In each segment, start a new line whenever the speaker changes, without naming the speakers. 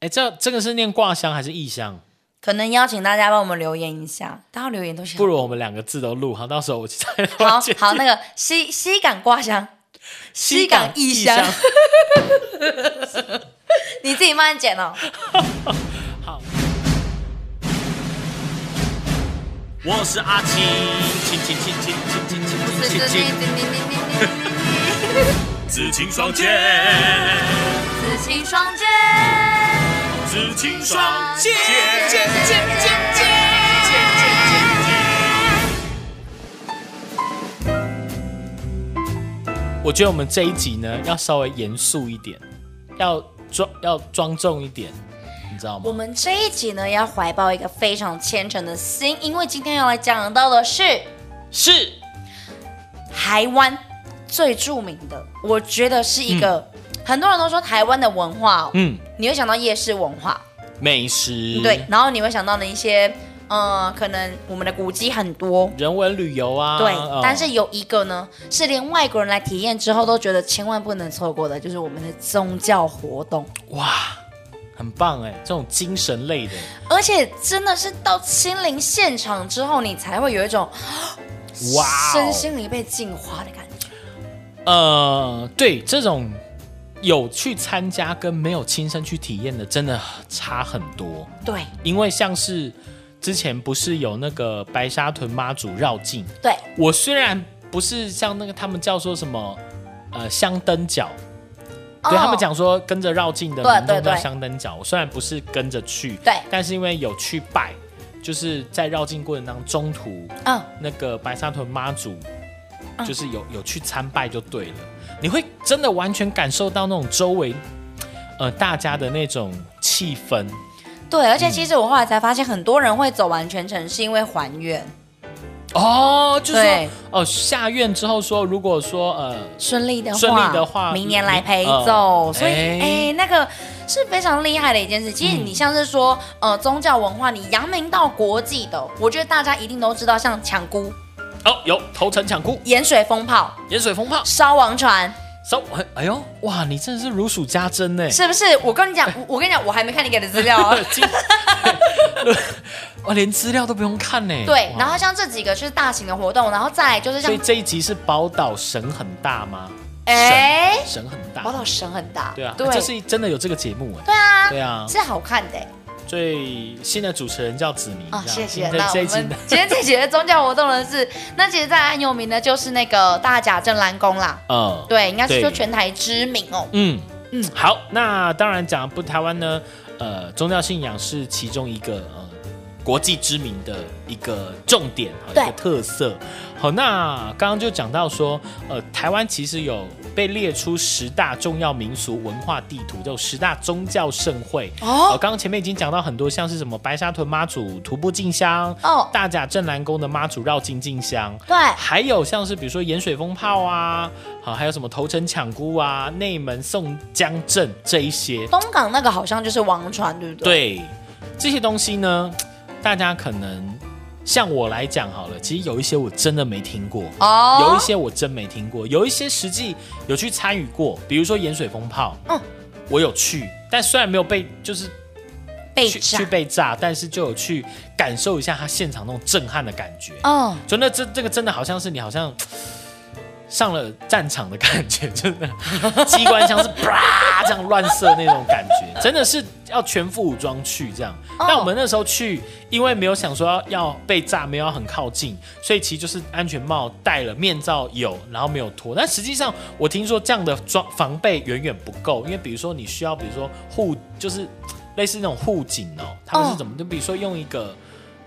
哎，这这个是念挂香还是异香？
可能邀请大家帮我们留言一下，大家留言都是
不如我们两个字都录好，到时候我去再
好好那个西西港挂香，
西
港
港
异
异
乡
乡。
你自己慢慢剪哦。
我是阿青，青青青青青青青青青，
紫青双剑，
紫青双剑，
紫青双剑。
剑剑剑剑
我觉得我们这一集呢要稍微严肃一点，要庄要庄重一点，你知道
我
吗？
们这一集呢，要怀抱一个非常虔诚的心，因为今天要来讲到的是
是
台湾最著名的，我觉得是一个、很多人都说台湾的文化、哦，
嗯，
你会想到夜市文化，
美食
嗯对，，然后你会想到的一些，呃，可能我们的古迹很多，
人文旅游啊，
对，
嗯
但是有一个呢，是连外国人来体验之后都觉得千万不能错过的，就是我们的宗教活动，
哇，很棒哎，这种精神类的
而且真的是到亲临现场之后，你才会有一种
哇哦
身心灵被净化的感觉。
呃，对这种有去参加跟没有亲身去体验的，真的差很多。
对
因为像是之前不是有那个白沙屯妈祖绕境，
对，
我虽然不是像那个他们叫说什么呃香灯脚，对、他
哦
们讲说跟着绕境的
对
民众
对
叫
对
香灯脚，我虽然不是跟着去，
对
但是因为有去拜，就是在绕境过程当中中途
嗯，
那个白沙屯妈祖，就是有有去参拜就对了，你会真的完全感受到那种周围，呃，大家的那种气氛。
对，而
嗯
且其实我后来才发现，很多人会走完全程是因为还愿，
哦，就是说
对
哦，下院之后说，如果说呃，
顺利的话，
顺利的话
明年来
明
陪
呃
奏，所以哎
哎、
那个是非常厉害的一件事。其实你像是说，
嗯
呃，宗教文化你扬名到国际的，我觉得大家一定都知道，像抢孤、
哦，有头城抢哭、
盐水风炮、
盐水风炮，
烧王船，
手，哎哎呦，哇，你真的是如数家珍呢。
是不是？我跟你讲，我我跟你讲，我还没看你给的资 料哦。
今哇，连资料都不用看呢。
对，
哇
然后像这几个就是大型的活动，然后再来就是像
所以这一集是宝岛神很大吗？
哎
神，神很大，
宝岛神很大，
对啊，
对，
这是真的有这个节目哎。
对啊，
对啊，
是好看的欸。
最新的主持人叫子明
哦，
这样
谢谢。
今天
那我
这一
们
集呢
今天这集的宗教活动呢是，那其实，在很有名的就是那个大甲镇澜宫啦，
嗯，
对，应该是
对
说全台知名哦。
嗯
嗯
嗯，好，那当然讲不台湾呢，呃，宗教信仰是其中一个呃国际知名的一个重点，哦好一
对
个特色。好，那刚刚就讲到说，呃，台湾其实有被列出十大重要民俗文化地图，就十大宗教盛会。
哦
呃，刚刚前面已经讲到很多，像是什么白沙屯妈祖徒步进香，
哦
大甲镇澜宫的妈祖绕境进香，
对，
还有像是比如说盐水风炮啊，好，还有什么头城抢孤啊、内门宋江镇这一些，
东港那个好像就是王船，对不对？
对这些东西呢，大家可能像我来讲好了，其实有一些我真的没听过，
哦，
有一些我真没听过，有一些实际有去参与过，比如说盐水风炮，
嗯
我有去，但虽然没有被就是
被
去
炸
去，被炸，但是就有去感受一下它现场那种震撼的感觉。
哦，
就那这这个真的好像是你好像上了战场的感觉，真的机关枪是啪这样乱射那种感觉，真的是要全副武装去这样。
哦
但我们那时候去，因为没有想说要要被炸，没有要很靠近，所以其实就是安全帽戴了，面罩有，然后没有脱。但实际上，我听说这样的装防备远远不够，因为比如说你需要，比如说护，就是类似那种护颈哦，他们
哦
是怎么？就比如说用一个。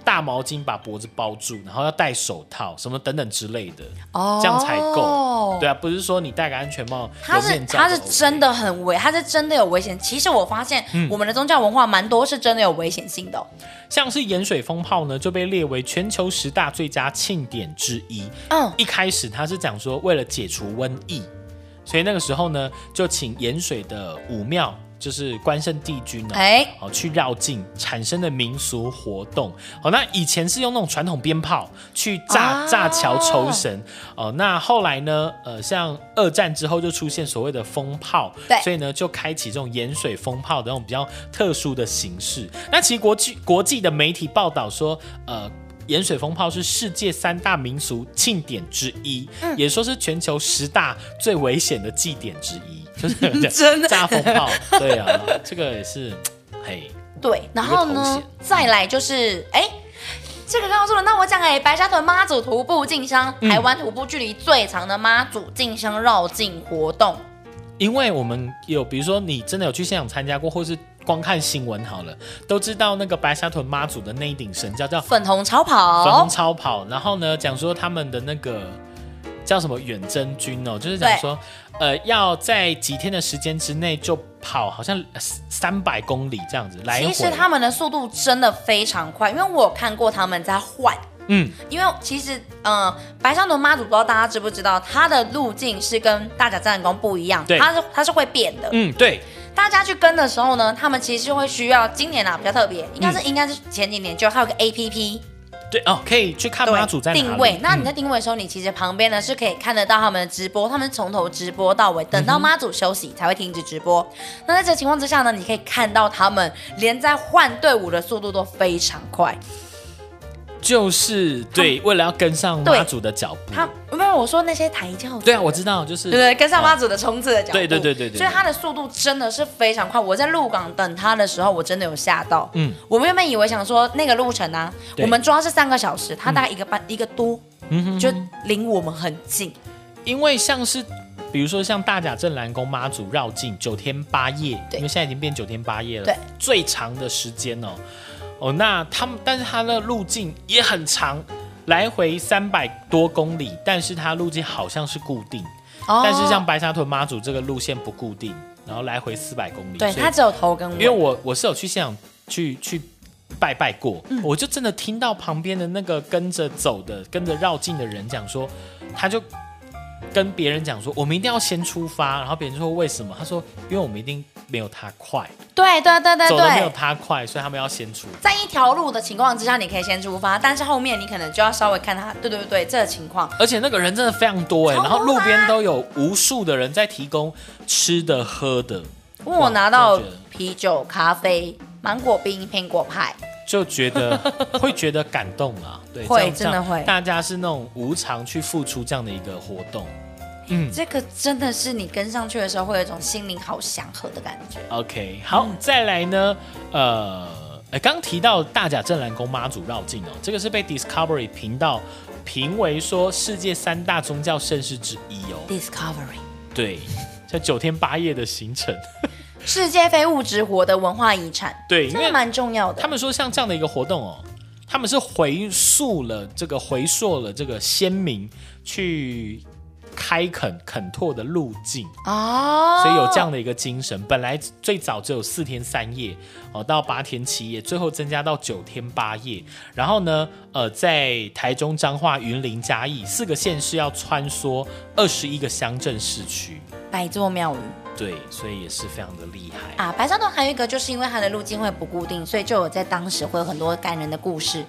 大毛巾把脖子包住，然后要戴手套，什么等等之类的，
哦
这样才够。对啊，不是说你戴个安全帽、
它
有嗯
哦是
面罩
它是
就 OK
真的很危，它是真的有危险。其实我发现我们的宗教文化蛮多是真的有危险性的哦。
像是盐水风炮呢，就被列为全球十大最佳庆典之一。
嗯，
一开始他是讲说，为了解除瘟疫，所以那个时候呢，就请盐水的武庙就是关圣帝君哦，
哎，
好去绕境产生的民俗活动。好，那以前是用那种传统鞭炮去炸
啊
炸桥酬神哦，那后来呢，呃，像二战之后就出现所谓的风炮，
对
所以呢就开启这种盐水风炮的那种比较特殊的形式。那其实国际国际的媒体报道说，呃。盐水风炮是世界三大民俗庆典之一，
嗯
也说是全球十大最危险的祭典之一，就是
真的
炸风炮，对啊，这个也是，嘿，
对，然后
一个头
呢
衔，
再来就是哎。这个告诉了，那我讲哎，白沙屯妈祖徒步进香，
嗯
台湾徒步距离最长的妈祖进香绕境活动，
因为我们有，比如说你真的有去现场参加过，或是光看新闻好了，都知道那个白沙屯妈祖的那一顶神教叫
粉红超
粉红
跑，
超跑，然后呢讲说他们的那个叫什么远征军哦，就是讲说呃要在几天的时间之内就跑好像呃三百公里这样子来
其
回，
实他们的速度真的非常快，因为我有看过他们在换，
嗯
因为其实，嗯、白沙屯妈祖不知道大家知不知道，它的路径是跟大甲镇南宫不一样，
对
它是它是会变的。
嗯对
大家去跟的时候呢，他们其实会需要今年啊比较特别，
嗯
应该是、应该是前几年就它有个 A P P，
对哦，可以去看妈祖在哪里
定位。那
嗯
你在定位的时候，你其实旁边呢是可以看得到他们的直播，他们是从头直播到
嗯
尾，等到妈祖休息才会停止直播。那在这情况之下呢，你可以看到他们连在换队伍的速度都非常快。
嗯就是对，为了要跟上
对
妈祖的脚步，
他有没有我说那些抬轿子？
对啊，我知道，就是
对对，跟上妈祖的冲刺的脚步。
对对对对对
所以它的速度真的是非常快。我在鹿港等它的时候，我真的有吓到。
嗯
嗯，我们原本以为想说那个路程啊，
对嗯
我们抓是三个小时，它大概一个半、一个多，就离我们很近。
因为像是比如说像大甲镇澜宫妈祖绕境九天八夜，
对
因为现在已经变九天八夜了，
对，
最长的时间哦。哦，那他们，但是它的路径也很长，来回三百多公里，但是它路径好像是固定，
哦
但是像白沙屯妈祖这个路线不固定，然后来回四百公里，
对，
所以
它只有头跟
因为
尾。
我我是有去现场去去拜拜过，
嗯
我就真的听到旁边的那个跟着走的、跟着绕境的人讲说，他就跟别人讲说，我们一定要先出发，然后别人说为什么？他说，因为我们一定没有他快，
对对对啊对
走的没有
对。
他快，所以他们要先出。
在一条路的情况之下，你可以先出发，但是后面你可能就要稍微看它，对对对，这个情况。
而且那个人真的非常多哎、
超
然后
多
路
的啊
边都有无数的人在提供吃的喝的，
因为我拿到
真的觉得
啤酒、咖啡、芒果冰、苹果派，
就觉 得会觉得感动啊，对，
会
这样
真的
这样
会
大家是那种无偿去付出这样的一个活动，嗯
这个真的是你跟上去的时候会有一种心灵好祥和的感觉。
OK，好，
嗯
再来呢，呃，哎，刚提到大甲镇澜宫妈祖绕境哦，这个是被 Discovery 频道评为说世界三大宗教盛事之一哦。
Discovery，
对，这九天八夜的行 程，
世界非物质活的文化遗产，
对因
真
为
的蛮重要的。
他们说像这样的一个活动哦，他们是回溯了这个回溯了这个先民去开垦垦拓的路径。
哦，
所以有这样的一个精神。本来最早只有四天三夜，哦，到八天七夜，最后增加到九天八夜。然后呢，呃，在台中、彰化、云林、嘉义四个县市要穿梭二十一个乡镇市区，
百座庙宇
对，所以也是非常的厉害。
啊，白沙洞还有一个就是因为它的路径会不固定，所以就有在当时会有很多感人的故事。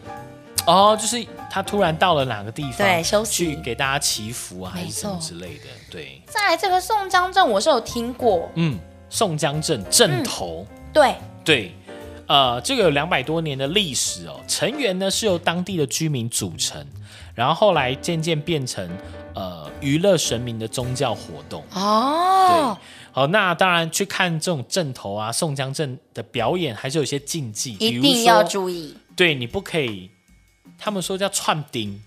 哦，就是他突然到了哪个地方，
对休息
去给大家祈福啊，还
没
是什么
错
之类的，对，
再来这个宋江镇，我是有听过，
嗯，宋江镇镇
嗯
头。
对，
对，呃，这个有两百多年的历史哦。成员呢是由当地的居民组成，然后后来渐渐变成呃娱乐神明的宗教活动。
哦，
好、那当然去看这种镇头啊、宋江镇的表演，还是有一些禁忌，比
一
如
定要
说，
注意。
对你不可以，他们说叫串钉，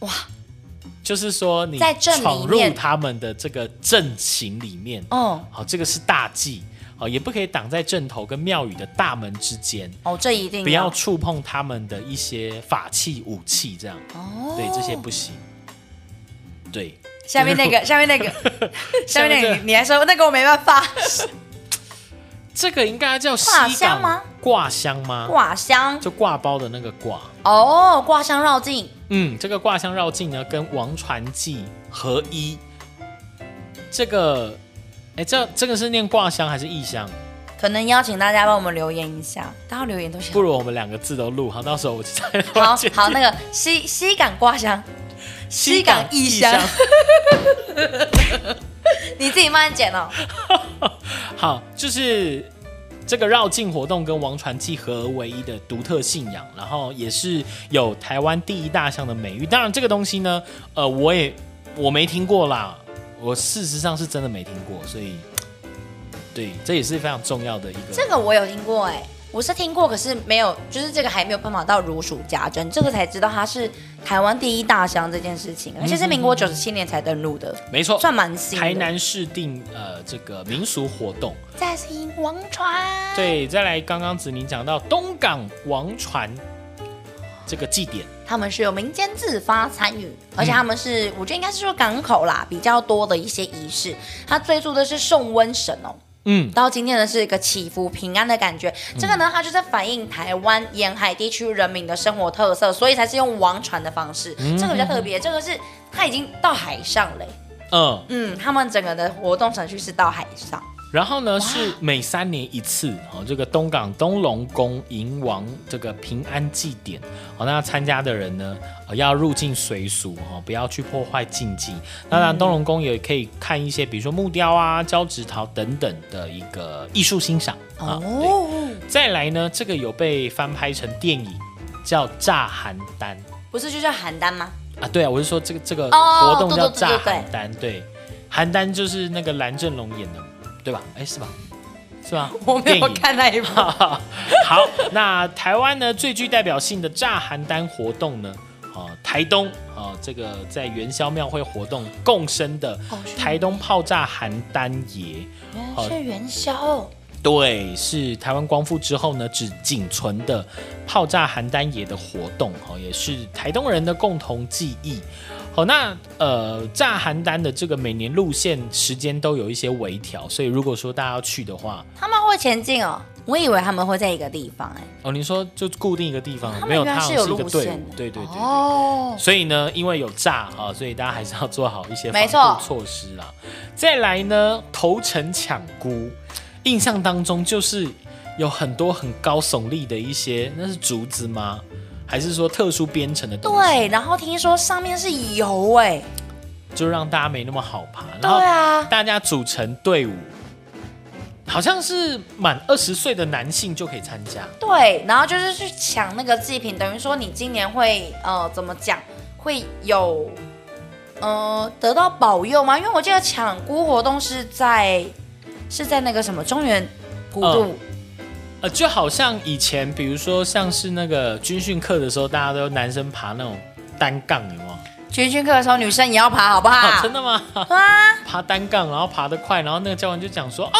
哇，
就是说你
在镇里
闯入
面
他们的这个阵型里面，
哦
好、这个是大忌，好、也不可以挡在镇头跟庙宇的大门之间。
哦，这一定
不要触碰他们的一些法器、武器，这样，
哦
对，这些不行。对，
下面 那个，下面那个，下
下
面那
面
个
这，个
你你还说那个我没办法。
这个应该叫西
挂
港
香吗？
挂香吗？
挂香
就挂包的那个挂。
哦，挂香绕境，
嗯，这个挂香绕境呢，跟王传记合一。这个哎，这这个是念挂香还是异香？
可能邀请大家帮我们留言一下，大家留言都行
不。如我们两个字都录好，到时候我就再
好
剪
好，那个西西港挂香，西港异乡
西港异
你自己慢慢剪哦。
好，就是这个绕境活动跟王传记合而为一的独特信仰，然后也是有台湾第一大项的美誉。当然，这个东西呢，呃，我也我没听过啦，我事实上是真的没听过，所以对，这也是非常重要的一
这
个。
个我有听过哎、我是听过，可是没有，就是这个还没有办法到如数家珍，这个才知道它是台湾第一大乡这件事情，而且是民国九十七年才登陆的，
没错，
算蛮
嗯
新的。嗯
台南市定呃这个民俗活动。
再是因王船，，
对，再来刚刚子宁讲到东港王船这个祭典。
他们是由民间自发参与，
嗯
而且他们是、我觉得应该是说港口啦比较多的一些仪式，它追溯的是送瘟神哦。
嗯，
到今天呢是一个祈福平安的感觉。这个呢，它就是反映台湾沿海地区人民的生活特色，所以才是用王船的方式。这个比较特别，这个是它已经到海上嘞。
嗯，
嗯，他们整个的活动程序是到海上。
然后呢，是每三年一次哦，这个东港东龙宫迎王这个平安祭典哦，那参加的人呢，呃要入境随俗哦，不要去破坏禁忌。那当然，东龙宫也可以看一些，比如说木雕啊、胶纸陶等等的一个艺术欣赏啊。对，再来呢，这个有被翻拍成电影，叫《炸邯郸》
不是就叫邯郸吗？
啊。对啊，我是说这个这个
哦
活动
对
叫《
对
炸
对对
邯郸》，对，邯郸就是那个蓝正龙演的，对吧？哎，是吧？是吧？
我没有
电影
看那一部。
好，那台湾呢最具代表性的炸邯郸活动呢？啊，台东啊，这个在元宵庙会活动共生的
哦是
台东炮炸邯郸爷，
原
好
来哦是元宵哦，
对，是台湾光复之后呢，只仅存的炮炸邯郸爷的活动，哦，也是台东人的共同记忆。好，那呃，炸邯郸的这个每年路线时间都有一些微调，所以如果说大家要去的话，
他们会前进哦。我以为他们会在一个地方哎、
哦，你说就固定一个地方
他，们
没有
原来
它
是
好像
有
一个
路
队伍
线，的
对对对对
哦，
所以呢，因为有炸啊，所以大家还是要做好一些
没
防护
错
措施啦。再来呢，投诚抢孤，印象当中就是有很多很高耸立的一些，那是竹子吗？还是说特殊编成的东西？
对，然后听说上面是油哎、
就让大家没那么好爬。
对
然后
啊，
大家组成队伍，好像是满二十岁的男性就可以参加。
对，然后就是去抢那个祭品，等于说你今年会呃怎么讲，会有呃得到保佑吗？因为我记得抢孤活动是在是在那个什么中原古渡，
呃，就好像以前，比如说像是那个军训课的时候，大家都男生爬那种单杠，有没有？
军训课的时候女生也要爬，好不 好？
啊，真的吗？
啊，
爬单杠，然后爬得快，然后那个教官就讲说啊，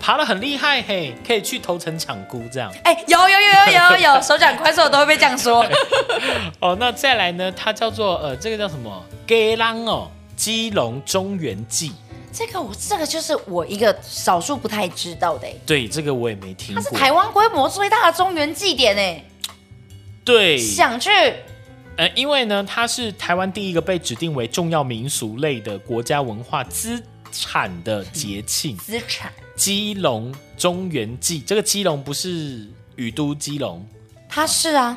爬得很厉害嘿，可以去头城抢菇这样。
哎、有有有有有有，手脚快速的都会被这样 说，
哦，那再来呢，它叫做呃，这个叫什么？给浪哦，基隆中原记。
这个我这个就是我一个少数不太知道的、哎
对，这个我也没听
它是
过。
台湾规模最大的中原祭典哎、
对，
想去
呃，因为呢，它是台湾第一个被指定为重要民俗类的国家文化资产的节庆。
资产。
基隆中原记，这个基隆不是雨都基隆，
他是啊，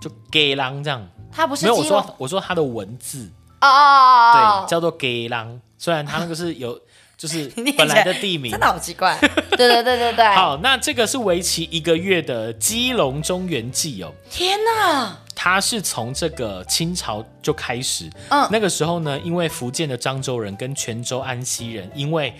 就给浪这样。
他不是
没有，我
基隆
说我说它的文字。
哦哦哦
对，
哦，
叫做给郎。虽然它那个是 有，就是
对
本来的地名
真。的好奇 怪。对对对对对，
好，那这个是为期一个月的基隆中原祭哦，
天哪，
它是从这个清朝就开始。
嗯
那个时候呢，因为福建的漳州人跟泉州安溪人，因为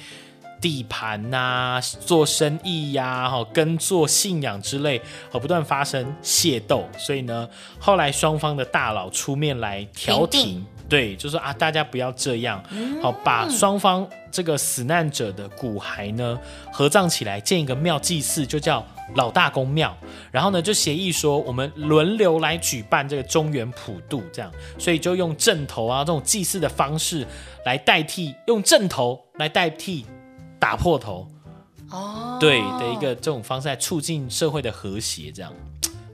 地盘呐、做生意呀、哈、耕作、信仰之类，和不断发生械斗，所以呢，后来双方的大佬出面来调
平定嗯
停，对，就说啊，大家不要这样，好、把双方这个死难者的骨骸呢合葬起来，建一个庙祭祀，就叫老大公庙。然后呢，就协议说我们轮流来举办这个中原普渡，这样，所以就用阵头啊这种祭祀的方式来代替，用阵头来代替打破头，
哦，
对的一个这种方式来促进社会的和谐，这样。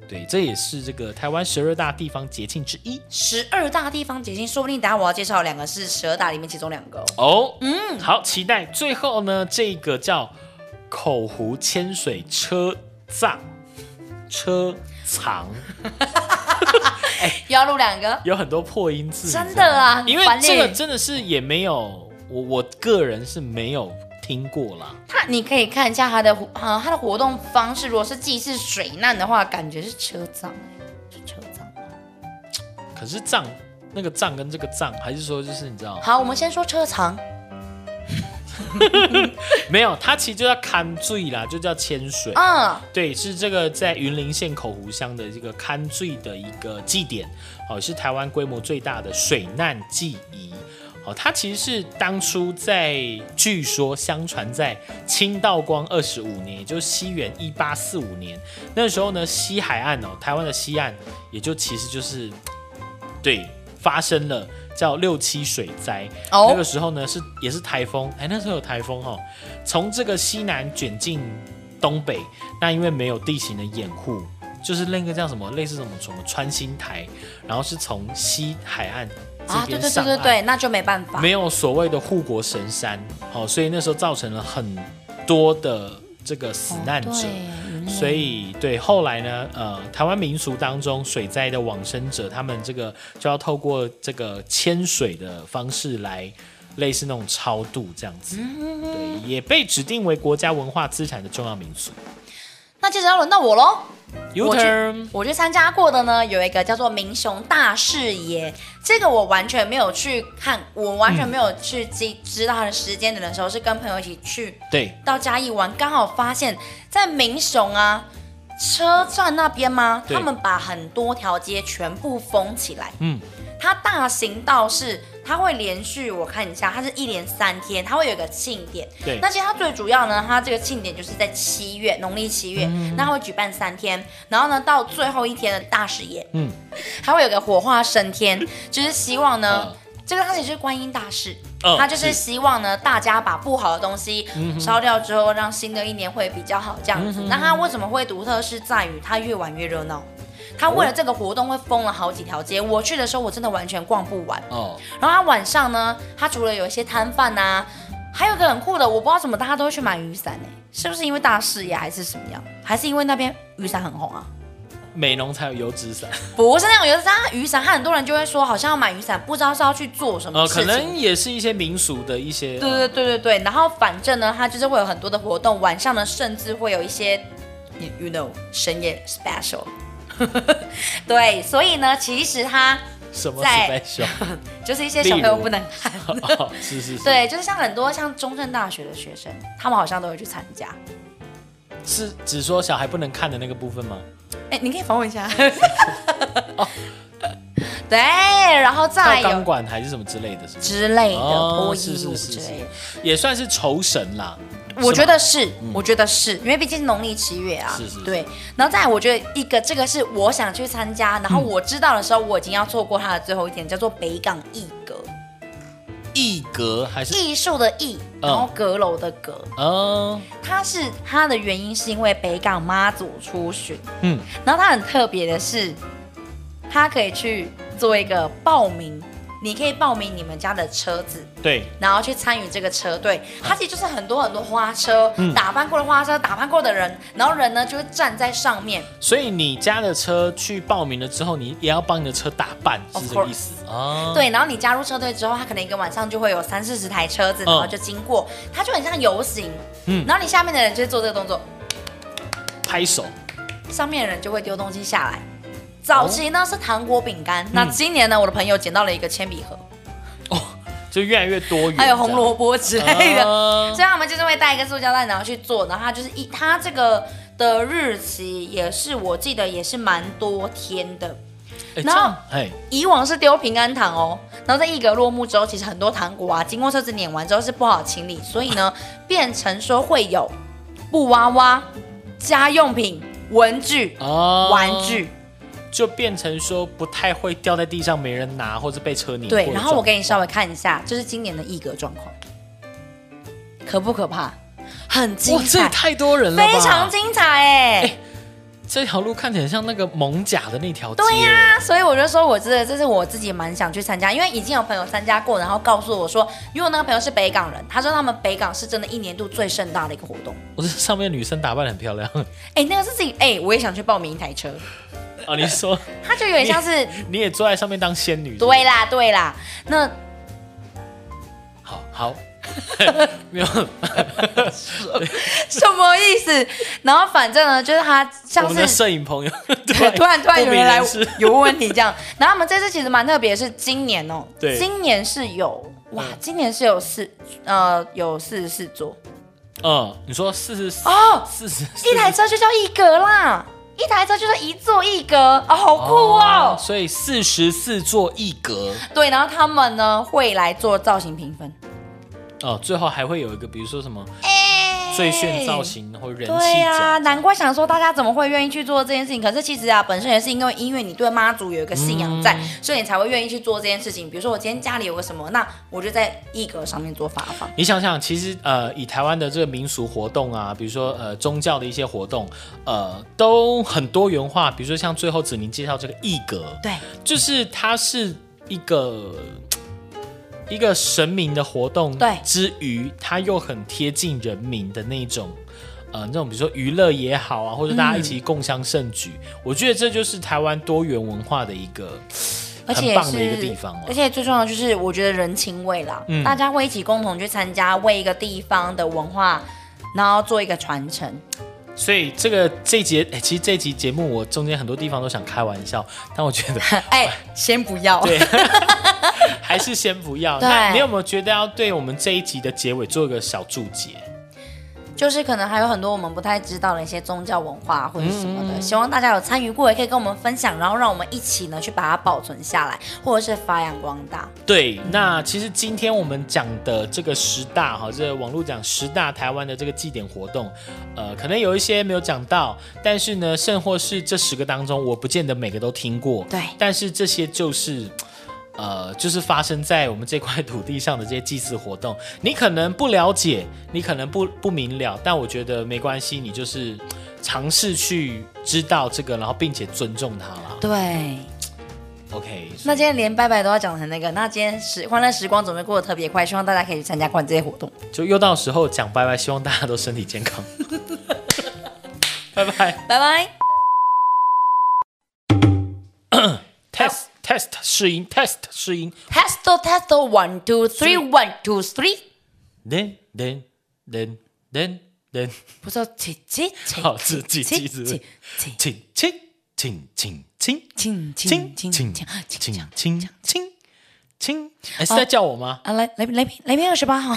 对，这也是这个台湾十二大地方节庆之一
十二大地方节庆，说不定等下我要介绍两个是十二大里面其中两个哦。
哦。嗯，好，期待。最后呢，这个叫口湖千水车藏车 藏，
又要录两个，
有很多破音字，
嗯真的啊，
因为
很烦
这个
欸
真的是也没有，我我个人是没有听过啦。
它你可以看一下它的活啊，它的活动方式，如果是祭祀水难的话，感觉是车葬，欸是车葬。
可是藏那个藏跟这个藏，还是说就是你知道
好，我们先说车藏，
没有？它其实就叫看醉啦，就叫千水。
嗯，
对，是这个在云林县口湖乡的这个看醉的一个祭典，哦，是台湾规模最大的水难祭仪。哦，它其实是当初在据说相传在清道光二十五年，也就是西元一八四五年，那时候呢，西海岸哦，台湾的西岸也就其实就是对发生了叫六七水灾。
哦
那个时候呢是也是台风，哎，那时候有台风哦，从这个西南卷进东北，那因为没有地形的掩护。就是那个叫什么，类似什么什么穿心台，然后是从西海岸
啊，
这
对
边
对
上
对
岸，
对对，那就没办法
没。有所谓的护国神山，好、所以那时候造成了很多的这个死难者。
哦对
所以，对后来呢，呃，台湾民俗当中水灾的往生者，他们这个就要透过这个牵水的方式来，类似那种超度这样子，
嗯
对，也被指定为国家文化资产的重要民俗。
那接着要轮到我喽。
U
我去
turn，
我去参加过的呢，有一个叫做民雄大视野，这个我完全没有去看，我完全没有去知知道它的时间点的时候，是跟朋友一起去
对，
到嘉义玩，刚好发现，在民雄啊车站那边吗？
对
他们把很多条街全部封起来。
嗯，
它大型道是它会连续，我看一下，它是一连三天，它会有一个庆典。
对
那其实它最主要呢，它这个庆典就是在七月，农历七月，
嗯
那它会举办三天，然后呢，到最后一天的大实验，
嗯，
它会有个火化升天， 就是希望呢。
嗯
这个它其实是观音大士，
嗯
它就是
是嗯
希望呢，大家把不好的东西烧掉之后，让新的一年会比较好这样子。那它为什么会独特，是在于它越玩越热闹。它为了这个活动会封了好几条街，我去的时候我真的完全逛不完。
哦，
然后它晚上呢，它除了有一些摊贩呐，还有一个很酷的，我不知道怎么大家都会去买雨伞呢、是不是因为大视野还是什么样？还是因为那边雨伞很红啊？
美浓才有油纸伞，
不是那种，有的时候它雨伞，它很多人就会说好像要买雨伞，不知道是要去做什么
呃，
事情。
可能也是一些民俗的一些，呃
对对对对对，然后反正呢，它就是会有很多的活动，晚上呢甚至会有一些，you you know，深夜 special。对，所以呢，其实它
什么
在
special，
就是一些小朋友
例如
不能看。
哦是是是，
对，就是像很多像中正大学的学生，他们好像都会去参加。
是只说小孩不能看的那个部分吗？
哎，你可以访问一 下。哦对，然后
到
再
钢
有
管还是什么之类的，是不是？
之类的
哦
脱
是
衣
是
舞
是
之
是
类的。
也算是酬神啦。
我
是吗嗯
觉得是，我觉得是因为毕竟农历七月啊，
是是是
对。然后再来，我觉得一个这个是我想去参加，
嗯
然后我知道的时候，我已经要错过它的最后一天，叫做北港艺阁，
艺格还是
艺术的艺，
嗯
然后阁楼的阁。
嗯
它是它的原因是因为北港妈祖出巡，
嗯
然后它很特别的是，它可以去做一个报名，你可以报名你们家的车子，
对
然后去参与这个车队，它其实就是很多很多花车，
嗯
打扮过的花车，打扮过的人，然后人呢就会站在上面。
所以你家的车去报名了之后，你也要帮你的车打扮，
Of
是这个意思啊？
对，然后你加入车队之后，它可能一个晚上就会有三四十台车子，
嗯
然后就经过，它就很像游行。
嗯
然后你下面的人就会做这个动作，
拍手
上面的人就会丢东西下来。早期
哦
呢是糖果饼
嗯
干，那今年呢，我的朋友捡到了一个铅笔盒，
哦，就越来越多元，哦
还有红萝卜之类的。
的
所以他们就是会带一个塑胶袋，然后去做，然后它就是一它这个的日期也是我记得也是蛮多天的。
哎，这
然后
样哎，
以往是丢平安糖哦，然后在一格落幕之后，其实很多糖果啊，经过车子碾完之后是不好清理，所以呢，变成说会有布娃娃、家用品、文具、
哦
玩具。
就变成说不太会掉在地上没人拿，或者被车碾过的
对，然后我给你稍
状
微看一下，这是今年的一格状况，可不可怕？很精
况哇，这也
彩，
太多人了吧，
非常精彩哎、
这这条路看起来很像那个蒙甲的那条街。
对呀、所以我就说，我真的这是我自己蛮想去参加，因为已经有朋友参加过，然后告诉我说，因为我那个朋友是北港人，他说他们北港是真的一年度最盛大的一个活动。
我这上面女生打扮得很漂亮
哎、那个是自己哎、我也想去报名一台车，
哦，你说
他就有点像是
你也坐在上面当仙女？
对，啦对啦， 那
好好， 没有，
什么意思？然后反正呢，就是他
我
像
们的
是。
摄影 朋友
对，突然突然有人来
不明人士
有问题这样，然后我们这次其实蛮特别，是今年哦，
对
今年是有哇
嗯，
今年是有四呃有四十四座
嗯，你说四十四
哦，
四十四
一台车就叫一格啦，一台车就是一座一格哦，好酷哦！
所以四十四座一格
对，然后他们呢会来做造型评分，
哦，最后还会有一个，比如说什么
哎
最炫造。型或人
对啊
气
呀、
奖，
难怪想说大家怎么会愿意去做这件事情。可是其实啊，本身也是因为因为你对妈祖有一个信仰在，所以你才会愿意去做这件事情。比如说我今天家里有个什么，那我就在一格上面做发放。
你想想，其实呃，以台湾的这个民俗活动啊，比如说呃宗教的一些活动，呃，都很多元化。比如说像最后子明介绍这个义格，
对，
就是它是一个一个神明的活动，
对
之余它又很贴近人民的那种。呃，那种比如说娱乐也好啊，或者大家一起共襄盛举，
嗯
我觉得这就是台湾多元文化的一个
而
很
且
棒的
是
一个地方嗯哦
而。且最重要的就是，我觉得人情味啦，大家会一起共同去参加，为一个地方的文化，然后做一个传承。
所以这个这一节，哎、其实这一集节目我中间很多地方都想开玩笑，但我 觉得
哎，先不要。
对， 还是先不要。
对
那你有没有觉得要对我们这一集的结尾做一个小注解？
就是可能还有很多我们不太知道的一些宗教文化或者什么
嗯
的，希望大家有参与过，也可以跟我们分享，然后让我们一起呢去把它保存下来，或者是发扬光大。
对，那其实今天我们讲的这个十大哈，这个网络讲十大台湾的这个祭典活动，呃，可能有一些没有讲到，但是呢，甚或是这十个当中，我不见得每个都听过。
对
但是这些就是。呃，就是发生在我们这块土地上的这些祭祀活动，你可能不了解，你可能不不明了，但我觉得没关系，你就是尝试去知道这个，然后并且尊重它啦。
对，
OK，
那今天连拜拜都要讲成那个，那今天时欢乐时光总会过得特别快，希望大家可以去参加关这些活动。
就又到时候讲拜拜，希望大家都身体健 康。拜拜
拜拜。
，test test 试音，test 试音
Testo testo one two three one two three，
，then then then then then，
不是起 起起
好自己记住
起起
请请请请请
请
请请
请请
请请
请请请
请请请请，哎，是在叫我吗？
啊！来来来瓶来瓶二十八号，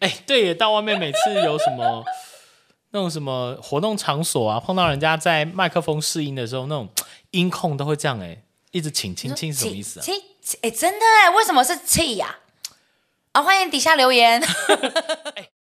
哎，对耶，到外面每次有什么那种什么活动场所啊，碰到人家在麦克风试音的时候，那种音控都会这样哎，一直请请请是什么意思啊？
起啊起哎，真的哎，为什么是气呀？啊，欢迎底下留言。